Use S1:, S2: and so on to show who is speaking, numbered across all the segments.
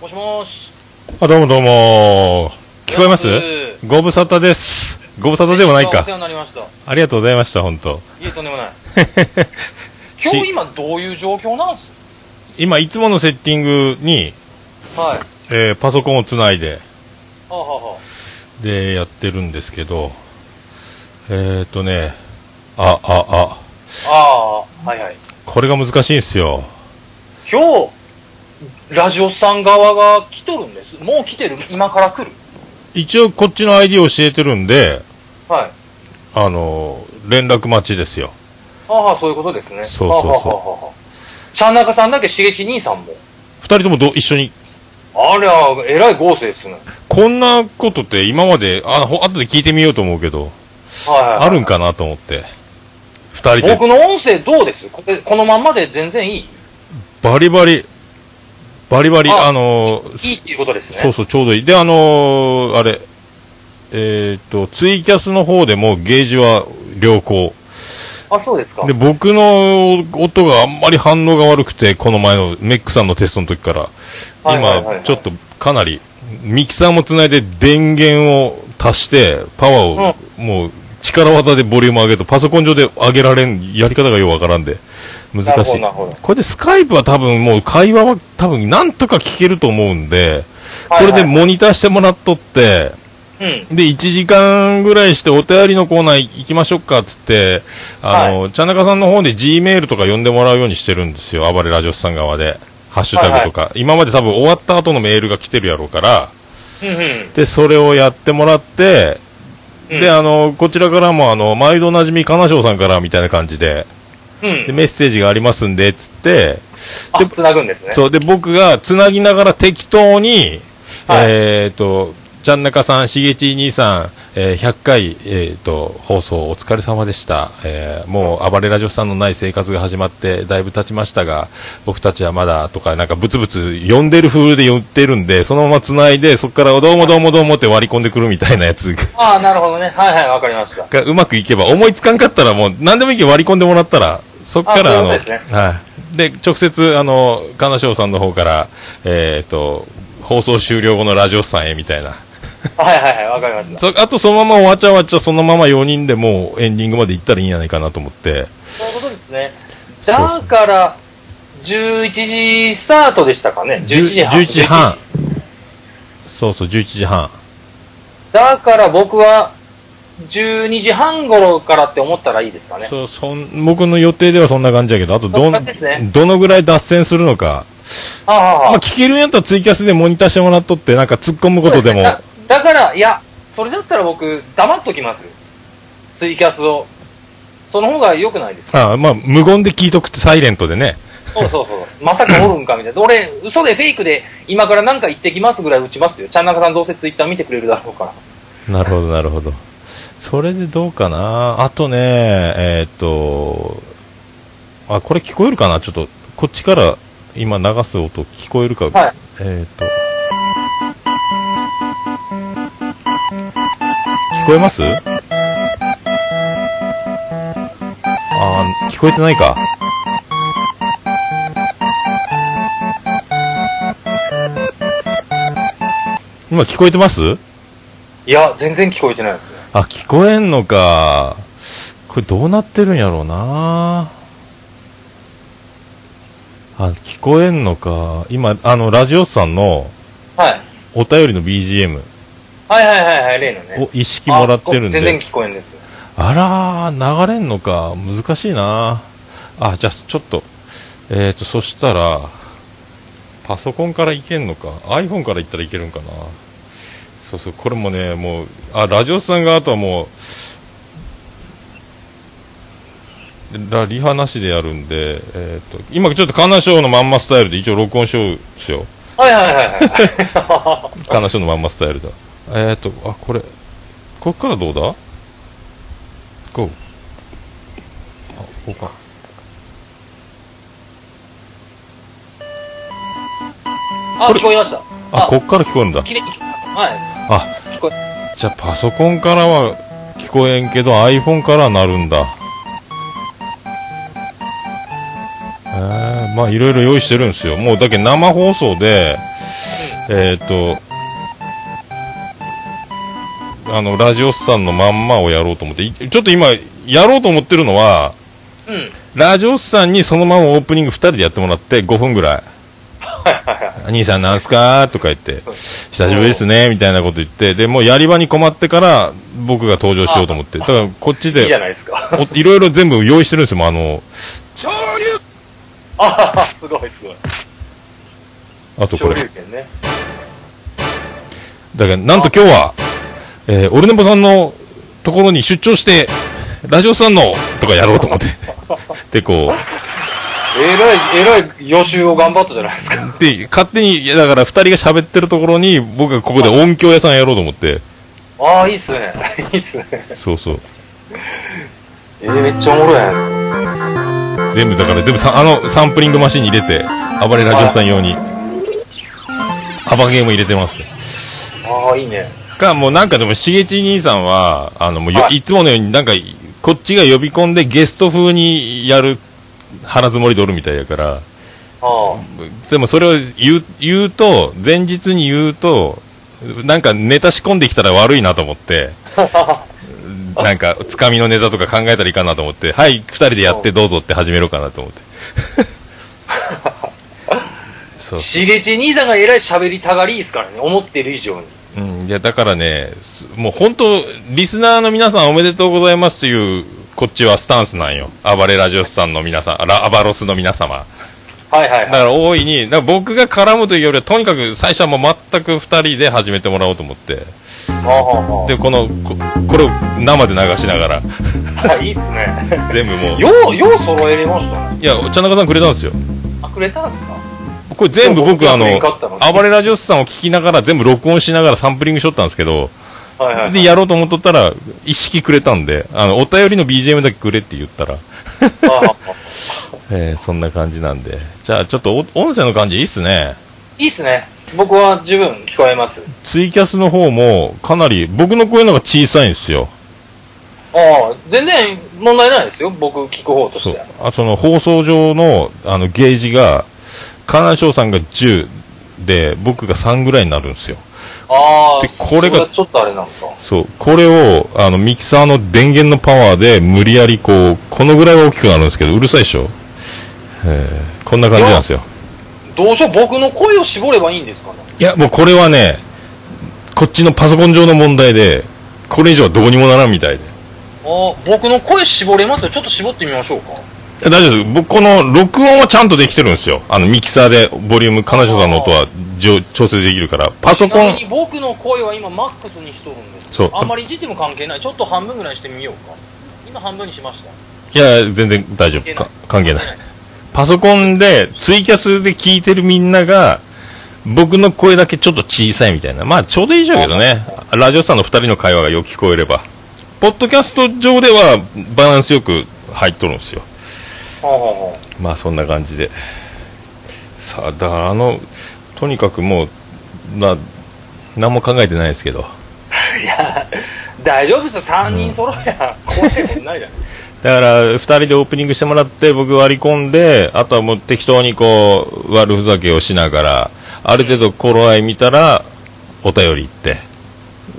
S1: もしもーし。
S2: あ、どうもどうも。聞こえます
S1: よろしく
S2: ご無沙汰です。ご無沙汰でもない
S1: お
S2: か
S1: 世。話になりました。い
S2: ありがとうございました、本当。
S1: え、とんでもない。
S2: し
S1: 今日今どういう状況なんです
S2: 今、いつものセッティングに、
S1: はい。は
S2: えーパソコンをつないで、
S1: あ、は
S2: で、やってるんですけど、えっ、ー、とね、あ、あ、あ、
S1: あ、はあ。ああ、はいはい。
S2: これが難しいんですよ。
S1: 今日、ラジオさん側が来とるんです。もう来てる今から来る
S2: 一応、こっちの ID を教えてるんで、
S1: はい。
S2: あの、連絡待ちですよ。
S1: はあ、はあ、そういうことですね。
S2: そうそうそう
S1: はあ、はあ、はあ、はあ。ちゃんなかさんだけしげち兄さんも。
S2: 二人ともど一緒に。
S1: ありゃ、えらい合成ですね。
S2: こんなことって今まで、あ、ほ後で聞いてみようと思うけど、
S1: はいはい、はい。
S2: あるんかなと思って。二人で
S1: 僕の音声どうですこれこのまんまで全然いい
S2: バリバリ、バリバリ、
S1: あ
S2: あのー
S1: いいっていうことですね。
S2: そうそう、ちょうどいい。で、あのーあれ、えーっと、ツイキャスの方でもゲージは良好。
S1: あ、そうですか。
S2: で、僕の音があんまり反応が悪くて、この前のメックさんのテストの時から、
S1: はいはいはいはい
S2: 今、ちょっとかなり、ミキサーもつないで電源を足して、パワーを、もう、力技でボリューム上げると、パソコン上で上げられん、やり方がようわからんで、
S1: なる
S2: 難
S1: ほ
S2: し
S1: ど、
S2: い
S1: な。るほど。
S2: これでスカイプは多分もう会話は多分なんとか聞けると思うんで、
S1: はいはい
S2: これでモニターしてもらっとって、
S1: うん。
S2: で、1時間ぐらいしてお便りのコーナー行きましょうかっつって、あの、ちゃなかさんの方で G メールとか呼んでもらうようにしてるんですよ。暴れラジオスさん側で。ハッシュタグとか。今まで多分終わった後のメールが来てるやろうから、
S1: うんうん。
S2: で、それをやってもらって、
S1: うん
S2: で、あの、こちらからもあの、毎度おなじみ、金賞さんからみたいな感じで、
S1: うん
S2: で、メッセージがありますんで、つって、
S1: あ、つなぐんですね。
S2: そう、で、僕がつなぎながら適当に、
S1: はい
S2: えっ、と、ちゃんなかさん、しげち兄さん、えー100回、えっ、と、放送お疲れ様でした。えーもう、暴れラジオさんのない生活が始まって、だいぶ経ちましたが、僕たちはまだ、とか、なんか、ブツブツ呼んでる風で言ってるんで、そのまま繋いで、そこから、どうもどうもどうもって割り込んでくるみたいなやつ
S1: ああ、なるほどね。はいはい、わかりま した。
S2: がうまくいけば、思いつかんかったら、もう、何でもいいけど割り込んでもらったら、そっか
S1: あ
S2: ら、あ
S1: そう
S2: の、
S1: ですね
S2: はい。で、直接、あの、金賞さんの方から、えっ、と、放送終了後のラジオさんへみたいな。
S1: はいはいはい、わかりました。
S2: そあと、そのままわちゃわちゃ、そのまま4人でもうエンディングまで行ったらいいんじゃないかなと思って。
S1: そういうことですね。だから、11時スタートでしたかね。11時半。
S2: 11時半。そうそう、11時半。
S1: だから僕は、12時半頃からって思ったらいいですかね。
S2: そうそん僕の予定ではそんな感じやけど、あと
S1: そ
S2: ど
S1: ん
S2: ん、
S1: な感じですね
S2: どのぐらい脱線するのか。
S1: ああ、ああ
S2: まあ、聞けるんやったらツイキャスでモニターしてもらっとって、なんか突っ込むことでも。
S1: そうすねだだから、いや、それだったら僕、黙っときます。ツイキャスを。その方が良くないですか。
S2: ああまあ、無言で聞いとくって、サイレントでね。
S1: そうそうそう。まさかおるんかみたいな。俺、嘘でフェイクで、今からなんか言ってきますぐらい打ちますよ。ちゃんなかさんどうせツイッター見てくれるだろうから。
S2: なるほど、なるほど。それでどうかな。あとね、えーっ、と、あ、これ聞こえるかなちょっと、こっちから今流す音聞こえるか。
S1: はい
S2: えーっ、と。聞こえますあー、聞こえてないか。今聞こえてます
S1: いや、全然聞こえてないですね。
S2: あ、聞こえんのか。これどうなってるんやろうな。あ、聞こえんのか。今、あの、ラジオさんの
S1: はい。
S2: お便りの BGM
S1: はいはいはいはい、例のね。
S2: を一式もらってるん
S1: あ全然
S2: で。
S1: 聞こえんです。
S2: あらー、流れんのか。難しいな。あ、じゃあ、ちょっと。えーと、そしたら、パソコンからいけんのか。iPhone からいったらいけるんかな。そうそう、これもね、もう、あ、ラジオさんがあとはもう、ラリハなしでやるんで、えー、と今ちょっとカナショーのまんまスタイルで一応録音しようですよ
S1: はいはいはいは
S2: カナショーのまんまスタイルだえっ、とあこれこっからどうだ ?GO あこうか
S1: い。あ、
S2: これ
S1: 聞こえました。
S2: あこっから聞こえるんだ
S1: 綺麗に聞こえました。はい。
S2: あ
S1: 聞こ
S2: じゃあパソコンからは聞こえんけど iPhone からはなるんだえー、まあいろいろ用意してるんですよもうだけど生放送でえーっとあのラジオスさんのまんまをやろうと思っていちょっと今やろうと思ってるのは
S1: うん。はい
S2: ラジオスさんにそのままオープニング2人でやってもらって5分ぐらい
S1: はいはい。
S2: 兄さんなんすかとか言って、久しぶりですね、みたいなこと言って、で、もうやり場に困ってから、僕が登場しようと思って、だからこっ
S1: い
S2: ち
S1: いじゃ
S2: で、
S1: ないですか。
S2: おいろいろ全部用意してるんですよ、もうあの、
S1: ああ、すごいすごい。
S2: あとこ
S1: 昇
S2: れ。
S1: 竜拳ね。
S2: だから、なんと今日は、えー、オルネポさんのところに出張して、ラジオさんの、とかやろう と思って。で、こ
S1: えらい、えらい予習を頑張ったじゃないですか。
S2: う、で、勝手に、いやだから二人が喋ってるところに、僕がここで音響屋さんやろうと思って、
S1: ああ、いいっすね。 いいっすね。
S2: そうそう。
S1: えー、めっちゃおもろいじゃないですか。
S2: 全部だから全部さあのサンプリングマシンに入れて暴れラジオさん用に幅ゲーム入れてます
S1: ああ、いいね。
S2: かもうなんかでもしげち兄さんはあのもうよ、、
S1: はいい
S2: つものようになんかこっちが呼び込んでゲスト風にやる腹積もりでおるみたいやから
S1: あ
S2: でもそれを言う言うと前日に言うとなんかネタ仕込んできたら悪いなと思って
S1: あ。
S2: なんかつかみのネタとか考えたらいいかなと思ってはい2人でやってどうぞって始めようかなと思ってそう
S1: しげち兄さんがえらい喋りたがりですからね。思ってる以上に。
S2: うん、いやだからね、すもう本当、リスナーの皆さんおめでとうございますという、こっちはスタンスなんよ、暴れラジオスさんの皆さん、あらアバロスの皆様、
S1: はいは
S2: だ
S1: いは
S2: か
S1: い。
S2: ら大いに、だから僕が絡むというよりは、とにかく最初はもう全く2人で始めてもらおうと思って、
S1: ああ、あ
S2: でこのここれを生で流しながら、
S1: あああ、いいっすね。
S2: 全部もう、
S1: よう、よう揃えれましたね。
S2: いや、茶中さんくれたんですよ、
S1: あ、くれたんすか
S2: これ全部
S1: そう僕
S2: 僕、あの
S1: 僕が買ったの
S2: 暴れラジオスさんを聞きながら、全部録音しながらサンプリングしとったんですけど、
S1: はいはい、
S2: でやろうと思っとったら、一式くれたんで、あのお便りの BGM だけくれって言ったら。
S1: ああ
S2: えーそんな感じなんで。じゃあ、ちょっとお音声の感じいいっすね。
S1: いいっすね。僕は十分聞こえます。
S2: ツイキャスの方も、かなり、僕の声の方が小さいんですよ。
S1: ああ、全然問題ないですよ。僕聞く方と
S2: そ
S1: し
S2: う
S1: て。。
S2: あその、放送上の、あの、ゲージが、河南省さんが10で、僕が3ぐらいになるんですよ。
S1: ああ、
S2: でこれが
S1: そちょっとあれなのか。
S2: そう。これを、あの、ミキサーの電源のパワーで、無理やりこう、このぐらいは大きくなるんですけど、うるさいでしょえーこんな感じなんですよ。
S1: どうしよう、僕の声を絞ればいいんですかね。
S2: いや、もうこれはね、こっちのパソコン上の問題で、これ以上はどうにもならんみたいで。
S1: ああ、僕の声絞れますよ。ちょっと絞ってみましょうか。
S2: いや大丈夫です。僕、この録音はちゃんとできてるんですよ。あの、ミキサーで、ボリューム、彼女さんの音は上調整できるから。パソ
S1: ち
S2: コ
S1: なみ
S2: ン、
S1: に僕の声は今マックスにしとるんです。
S2: そう
S1: あんまりいじっても関係ない。ちょっと半分ぐらいにしてみようか。今半分にしました。
S2: いや、全然大丈夫。か関係ない。パソコンで、ツイキャスで聞いてるみんなが、僕の声だけちょっと小さいみたいな。まあ、ちょうどいいじゃんけどね。ラジオさんの二人の会話がよく聞こえれば。ポッドキャスト上では、バランスよく入っとるんですよ。
S1: はあはあは
S2: まあそんな感じでさあだからあのとにかくもうな何も考えてないですけどだか
S1: あいや、大丈夫ですよ。3人揃えや。声もないじゃない
S2: ら2人でオープニングしてもらって僕割り込んであとはもう適当にこう悪ふざけをしながらある程度頃合い見たらお便り行って、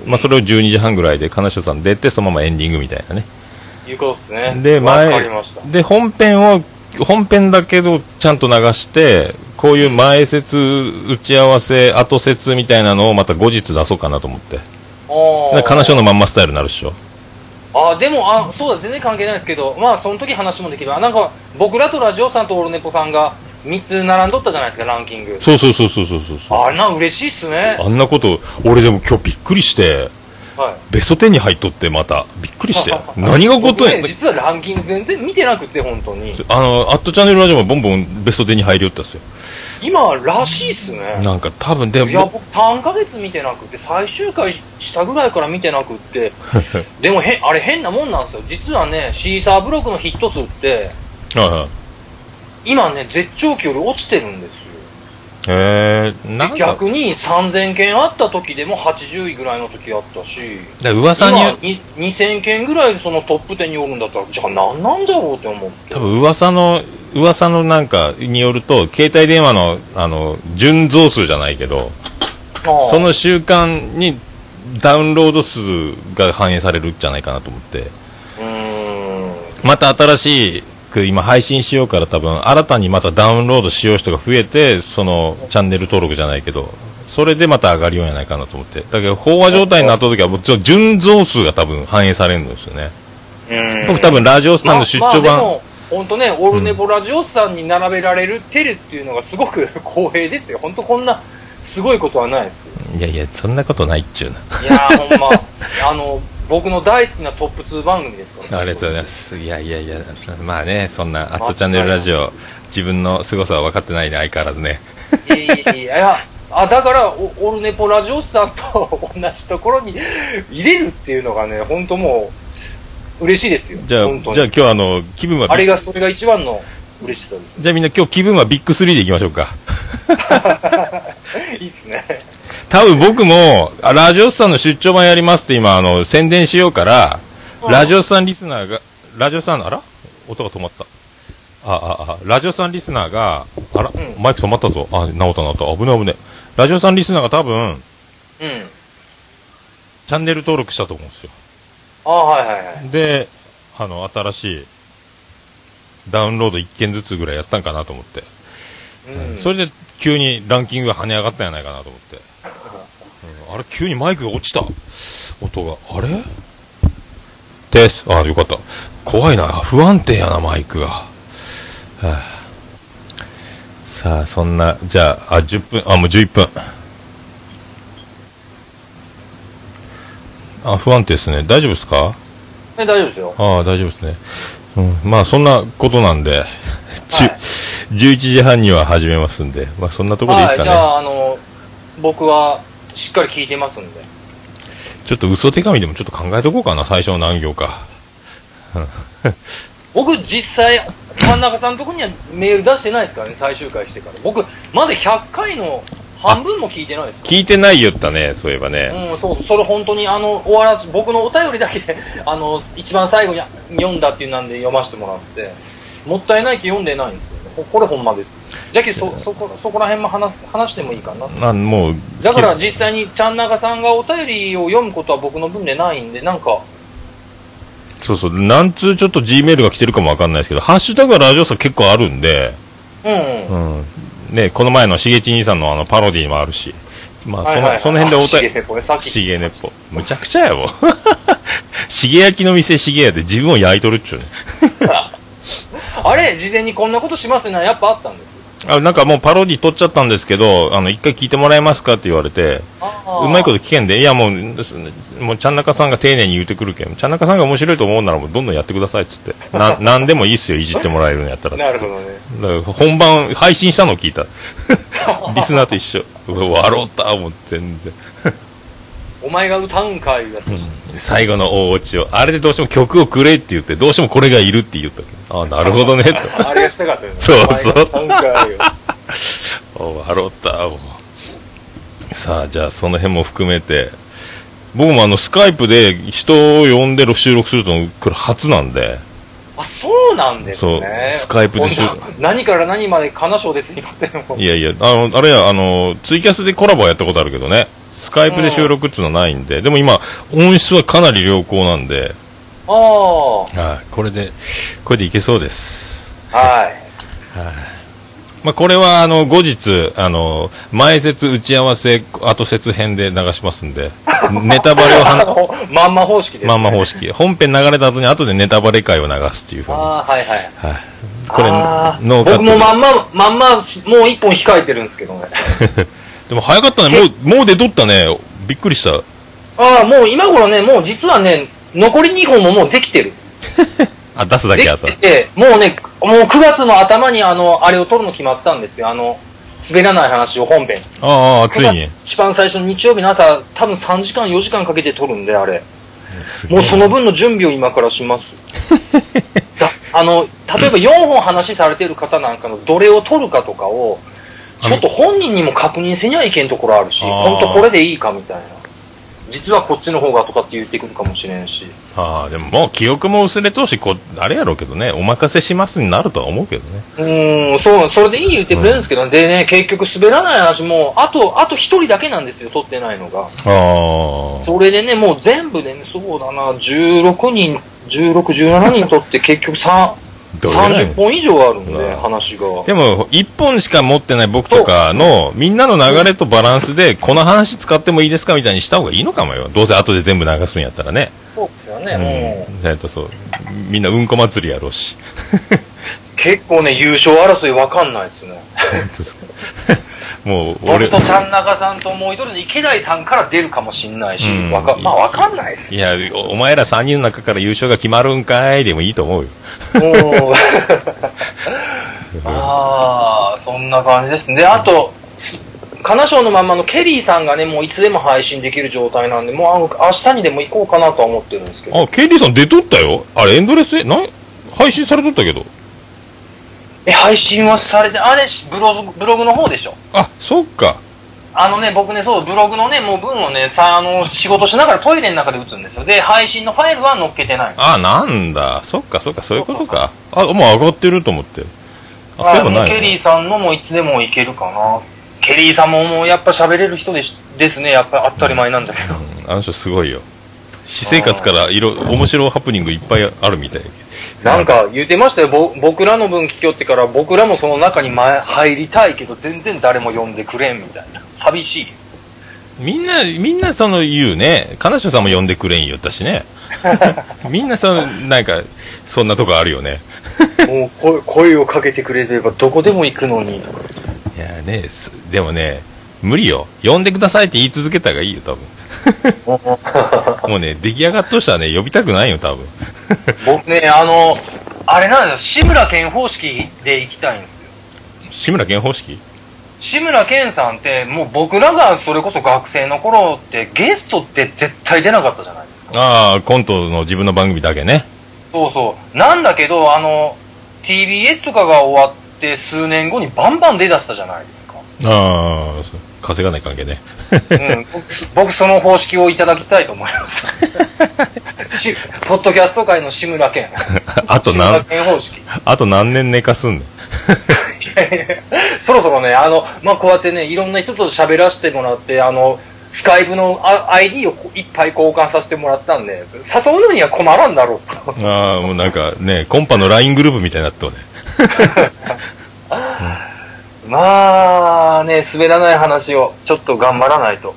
S2: まあ、それを12時半ぐらいで金城さん出てそのままエンディングみたいなね
S1: いうことですね。
S2: で前
S1: わかりました。
S2: で本編を本編だけどちゃんと流してこういう前説打ち合わせ後説みたいなのをまた後日出そうかなと思って
S1: あ
S2: なんか金賞
S1: の
S2: のまんまスタイルになるっしょ
S1: あーでもあそうだ全然関係ないですけどまあその時話もできるあなんか僕らとラジオさんとオルネポさんが3つ並んどったじゃないですかランキング
S2: そうそうそうそうそうそうそう
S1: あれな嬉しいっすね
S2: あんなこと俺でも今日びっくりして
S1: はい
S2: ベスト10に入っとってまたびっくりして何がこ
S1: 僕
S2: と
S1: ね
S2: や
S1: 実はランキング全然見てなくて本当に
S2: あのアットチャンネルラジオもボンボンベスト10に入りよったっすよ
S1: 今らしいっすね
S2: なんか多分で
S1: いや
S2: も
S1: 僕3ヶ月見てなくて最終回したぐらいから見てなくって でもへんあれ変なもんなんですよ実はねシーサーブロックのヒット数って
S2: はいはい
S1: 今ね絶頂期より落ちてるんですよ
S2: へえなんか
S1: 逆に3000件あった時でも80位ぐらいの時あったし
S2: だから噂によ
S1: 今に2000件ぐらいそのトップ10におるんだったらじゃあ何なんじゃろうって思って
S2: 多分噂の噂のなんかによると携帯電話のあの純増数じゃないけど
S1: ああ
S2: その習慣にダウンロード数が反映されるんじゃないかなと思って
S1: うーん
S2: また新しく今配信しようから多分新たにまたダウンロードしよう人が増えてそのチャンネル登録じゃないけどそれでまた上がるようやないかなと思ってだけど飽和状態になった時はもうちょ純増数が多分反映されるんですよね
S1: うん
S2: 僕多分ラジオスさんの出張
S1: まあまあ、で
S2: 版
S1: も本当ね、オールネボラジオさんに並べられるテレっていうのがすごく 光栄ですよ、本当、こんなすごいことはないですよ、
S2: いやいやそんなことないっちゅうない
S1: やー、 ほんま、あの僕の大好きなトップ2番組ですから、
S2: ありがとうございます。いやいやいや、まあね、そんな、アットチャンネルラジオ、自分の凄さは分かってないね、相変わらずね。
S1: いやいやいやいやあだからおオールネポラジオさんと同じところに入れるっていうのがね、本当もう嬉しいですよ、
S2: じゃあ、
S1: 本当に
S2: じゃあ今日あの、気分は
S1: あ、れがそれが一番の嬉しさで
S2: じゃあみんな今日気分はビッグ3でいきましょうか。
S1: す、いいですね、
S2: 多分僕も、あラジオスさんの出張版やりますって今、あの、宣伝しようから、ラジオスさんリスナーが、ラジオスさん、あら音が止まった。あ、あ、あ、ラジオスさんリスナーが、あら、
S1: ん
S2: マイク止まったぞ。あ、直った直った。危ね危ね。ラジオスさんリスナーが多分、
S1: うん、
S2: チャンネル登録したと思うんですよ。
S1: あはいはいはい、
S2: であの新しいダウンロード1件ずつぐらいやったんかなと思って、
S1: うん、
S2: それで急にランキングが跳ね上がったんやないかなと思って、うんあれ急にマイクが落ちた音があれですあよかった怖いな不安定やなマイクが、はあさあそんなじゃああ10分あもう11分あ不安定ですね大丈夫ですか
S1: ね大丈夫ですよ。
S2: ああ、大丈夫ですね。うん、まあ、そんなことなんで、 ちゅ
S1: はい
S2: 11時半には始めますんで、まあ、そんなところでいいですかね。
S1: はい、じゃあ、あの、僕はしっかり聞いてますんで。
S2: ちょっと嘘手紙でもちょっと考えとこうかな、最初の何行か。
S1: 僕、実際、真ん中さんのとこにはメール出してないですからね、最終回してから。僕、まだ100回の半分も聞いてないですか
S2: 聞いてないよったね、そういえばね。
S1: ら。うん、そう、それ本当に、あの、終わらず、僕のお便りだけで、 あの、一番最後に読んだっていうなんで読ませてもらって、もったいないけど読んでないんですよね。ここれほんまです。じゃけそ、そこ、そこら辺も話す、話してもいいかなと。
S2: まあ、もう、
S1: だから実際にちゃんなかさんがお便りを読むことは僕の分でないんで、なんか、
S2: そうそう、何通ちょっと G メールが来てるかもわかんないですけど、ハッシュタグはラジオさ結構あるんで、
S1: うん、
S2: うん。ね、この前のしげち兄さんのあのパロディもあるし、まあ、その,、その辺でおた
S1: 便り。これさっき。
S2: しげねっぽ。むちゃくちゃやもん。 しげ焼きの店しげやで自分を焼いとるっちゅうね。
S1: あれ、事前にこんなことしますね、やっぱあったんです。
S2: あなんかもうパロディ撮っちゃったんですけど、あの、一回聞いてもらえますかって言われて、う
S1: う
S2: まいこと聞けんで、いやもう、ですもう、ちゃんなかさんが丁寧に言うてくるけん、ちゃんなかさんが面白いと思うならもうどんどんやってくださいっつって。 な、なんでもいいっすよ、いじってもらえるんやったらっつ
S1: な
S2: って
S1: るほどね。
S2: だから本番配信したのを聞い たリスナーと一緒うわ笑ったもう全然
S1: お前が歌うんかいうやつ。
S2: 最後の大落ちをあれでどうしても曲をくれって言ってどうしてもこれがいるって言ったけどああなるほどねと
S1: あれがしたかったよね。
S2: そうそう
S1: お前が歌 うんか
S2: お笑ったもうさあじゃあその辺も含めて僕もあのスカイプで人を呼んで収録するとこれ初なんで
S1: いうあ、そうなんですね。
S2: そうスカイプでしょ
S1: こんな何から何まで、かなしょうですいません。もう
S2: いやいやあのあれやあのツイキャスでコラボはやったことあるけどねスカイプで収録っつうのはないんででも今音質はかなり良好なんで
S1: あ
S2: はい、これで、これでいけそうです。
S1: あ。はい。
S2: まあ、これは、あの、後日、あの、前説打ち合わせ、後説編で流しますんで、ネタバレを
S1: あ
S2: は
S1: の、まんま方式で
S2: な、
S1: す。
S2: まんま方式。本編流れた後に後でネタバレ会を流すっていうふうに。
S1: あ
S2: は
S1: あ、はいはい。
S2: い。これ、
S1: あー
S2: ノーカッ
S1: 僕も
S2: ト
S1: ま
S2: で。
S1: んま、まんま、もう一本控えてるんですけど ね。
S2: でも早かったね。もう、もう出とったね。びっくりした。
S1: ああ、もう今頃ね、もう実はね、残り2本ももうできてる。
S2: あ、出すだ
S1: で
S2: けあ
S1: き
S2: った
S1: て。て、もうね、もう9月の頭にあの、あれを撮るの決まったんですよ。あの、滑らない話を本編。
S2: ああ、ついに
S1: 9。月一番最初の日曜日の朝、多分3時間、4時間かけて撮るんで、あれ。
S2: すげえ
S1: もうその分の準備を今からし ます。だあの、例えば4本話されてる方なんかのどれを撮るかとかを、ちょっと本人にも確認せにゃいけんところあるし、
S2: あー
S1: 本当これでいいかみたいな。実はこっちの方がとかって言ってくるかもしれんし、
S2: ああ、でももう記憶も薄れとうし、こう、あれやろうけどね、お任せしますになるとは思うけどね。
S1: うーん、そう、それでいい言ってくれるんですけど、でね、結局滑らない話も、あと、あと一人だけなんですよ、取ってないのが。
S2: ああ。
S1: それでね、もう全部でね、そうだな、16人、16、17人取って結局さ
S2: どれぐらい
S1: 30本以上あるん
S2: う
S1: で、
S2: わ
S1: 話が。
S2: でも、一本しか持ってない僕とかの、みんなの流れとバランスで、この話使ってもいいですかみたいにした方がいいのかもよ。どうせ後で全部流すんやったらね。
S1: そうですよね、もう
S2: うん。えっと、そう。みんなうんこ祭りやろうし。
S1: 結構ね、優勝争いわかんないですね。
S2: 本当ですかもう、俺
S1: 僕、とちゃん中さんともう一人で池田井さんから出るかもしんないし
S2: う、ん
S1: わか、まあわかんないです
S2: い。や、おお前ら3人の中から優勝が決まるんかいでもいいと思うよ。
S1: もうああ、そんな感じですね。であと、す金賞のまんまのケリーさんがね、もういつでも配信できる状態なんで、もうあの明日にでも行こうかなとは思ってるんですけど。
S2: あ、ケイリーさん出とったよ。あれ、エンドレス、なん配信されとったけど。
S1: え、配信はされて、あれ、ブログ、ブログの方でしょ。
S2: あ、そっか。
S1: あのね、僕ね、そう、ブログのね、もう文をね、さ、あの、仕事しながらトイレの中で打つんですよ。で、配信のファイルは載っけてない。
S2: あ、なんだ。そっか、そっか、そういうことか。あ、もう上がってると思って。あ、そう
S1: は
S2: いえば
S1: いもう
S2: ない
S1: ケリ
S2: ね
S1: ーさんのもいつでもいけるかな。ケリーさんももうやっぱ喋れる人でしですね。やっぱ当たり前なんだけど。
S2: うんあの人すごいよ。私生活からいろ、面白いハプニングいっぱいあるみたいやけど
S1: なん、か言ってましたよ。ぼ僕らの分聞きよってから僕らもその中に前入りたいけど全然誰も呼んでくれんみたいな。寂しい。
S2: みんな、みんなその言うね。彼女さんも呼んでくれん言ったしね。みんなその、なんか、そんなとこあるよね。
S1: もう声声をかけてくれればどこでも行くのに。
S2: いやね、すでもね、無理よ。呼んでくださいって言い続けた方がいいよ、多分。もうね、出来上がっとしたらね、呼びたくないよ、多分。
S1: 僕ね、あの、あれなんですよ。志村けん方式で行きたいんですよ。
S2: 志村けん方式
S1: 志村けんさんってもう僕らがそれこそ学生の頃ってゲストって絶対出なかったじゃないですか。
S2: ああ、コントの自分の番組だけね。
S1: そうそう。なんだけど、あの、TBS とかが終わって数年後にバンバン出だしたじゃないですか。
S2: ああ、そう稼がない関係ね。
S1: うん。僕、僕その方式をいただきたいと思い ます。しポッドキャスト界の志村けん。
S2: あと
S1: 志村
S2: 何、
S1: けん方式。
S2: あと何年寝かすんの
S1: そろそろね、あの、まあ、こうやってね、いろんな人と喋らせてもらって、あの、スカイブのあ ID をこういっぱい交換させてもらったんで、誘うのには困らんだろうと。
S2: ああ、もうなんかね、コンパの LINE グループみたいになっとうね。
S1: まあね、滑らない話をちょっと頑張らないと。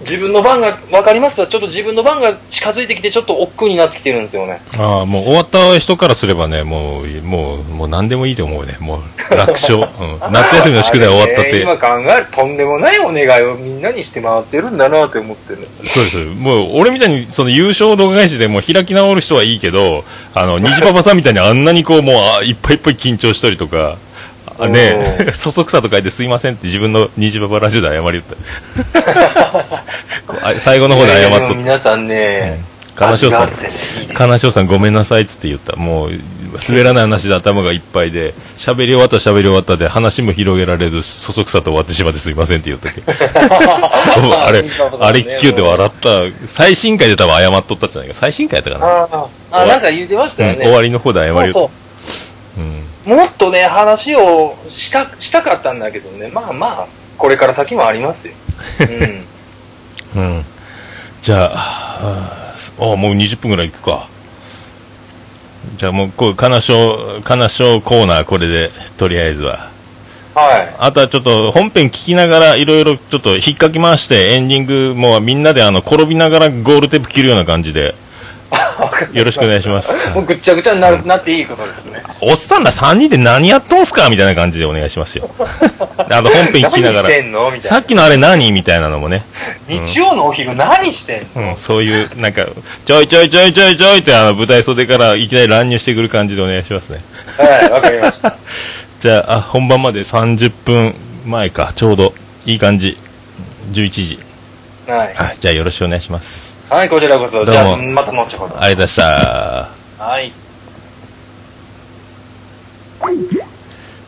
S1: 自分の番が、わかりますわ。ちょっと自分の番が近づいてきて、ちょっと億劫になってきてるんですよね。
S2: ああ、もう終わった人からすればね、もう、もう、もう何でもいいと思うね。もう、楽勝。うん、夏休みの宿題終わったっ
S1: あれね
S2: て。
S1: 今考えるとんでもないお願いをみんなにして回ってるんだなって思ってる。
S2: そうです。もう、俺みたいに、その優勝動画返しでもう開き直る人はいいけど、あの、虹パパさんみたいにあんなにこう、もう、あいっぱいいっぱい緊張したりとか、あね
S1: お
S2: え、そそくさと書いてすいませんって自分の虹パパラジオで謝りよった。 こうあ最後の方で謝っと
S1: いやいや皆さんね、
S2: 金
S1: 足
S2: 城
S1: が
S2: さ
S1: あっ
S2: ん
S1: てね、いいです
S2: 金城さんごめんなさいっつって言った。もう、滑らない話で頭がいっぱいで、喋り終わった喋り終わったで話も広げられず、そそくさと終わってしまってすいませんって言った っけ。 あれ、あれ聞きよって笑った。最新回で多分謝っとったんじゃないか。最新回やったかな。
S1: ああ、あなんか言ってましたよ
S2: うん
S1: ね。
S2: 終わりの方で謝るよ。
S1: そう
S2: う
S1: そう。
S2: ん
S1: もっとね、話をした、したかったんだけどね。まあまあ、これから先もあります よ。うん。
S2: うんじゃあ、あーあもう20分ぐらいいくか。じゃあもう、こう、金賞、金賞コーナーこれで、とりあえずは。
S1: はい。
S2: あとはちょっと本編聞きながらいろいろちょっと引っかき回してエンディングもうみんなであの転びながらゴールテープ切るような感じでよろしくお願いします。
S1: もうぐっちゃぐちゃになるなっていいことですね。
S2: おっさんら3人で何やっとんすかみたいな感じでお願いしますよ。あの本編聞きなが
S1: 何して
S2: ら。
S1: んのみた
S2: さ
S1: い
S2: っきのあれ何みたいなのもね。
S1: な。日曜のお昼何してんの
S2: うん、そういう、なんか、ちょいちょいちょいちょいちょいってあの舞台袖からいきなり乱入してくる感じでお願いしますね。
S1: はい、わかりました。
S2: じゃあ、あ本番まで30分前か、ちょうどいい感じ。11時。
S1: はい。
S2: はい、じゃあよろしくお願いします。
S1: はい、こちらこそ。
S2: どうも
S1: じゃあ、また後ほど。
S2: ありがとうございました。
S1: はい。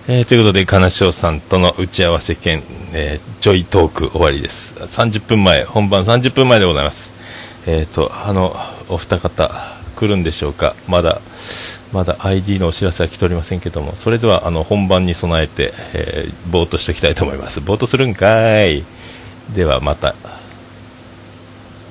S2: えーということで、金賞さんとの打ち合わせ兼、えージョイトーク終わりです。30分前、本番30分前でございます。えっ、と、あの、お二方、来るんでしょうか。まだ、まだ ID のお知らせは来ておりませんけども、それでは、あの、本番に備えて、えーぼーっとしておきたいと思います。ぼーっとするんかい。では、また。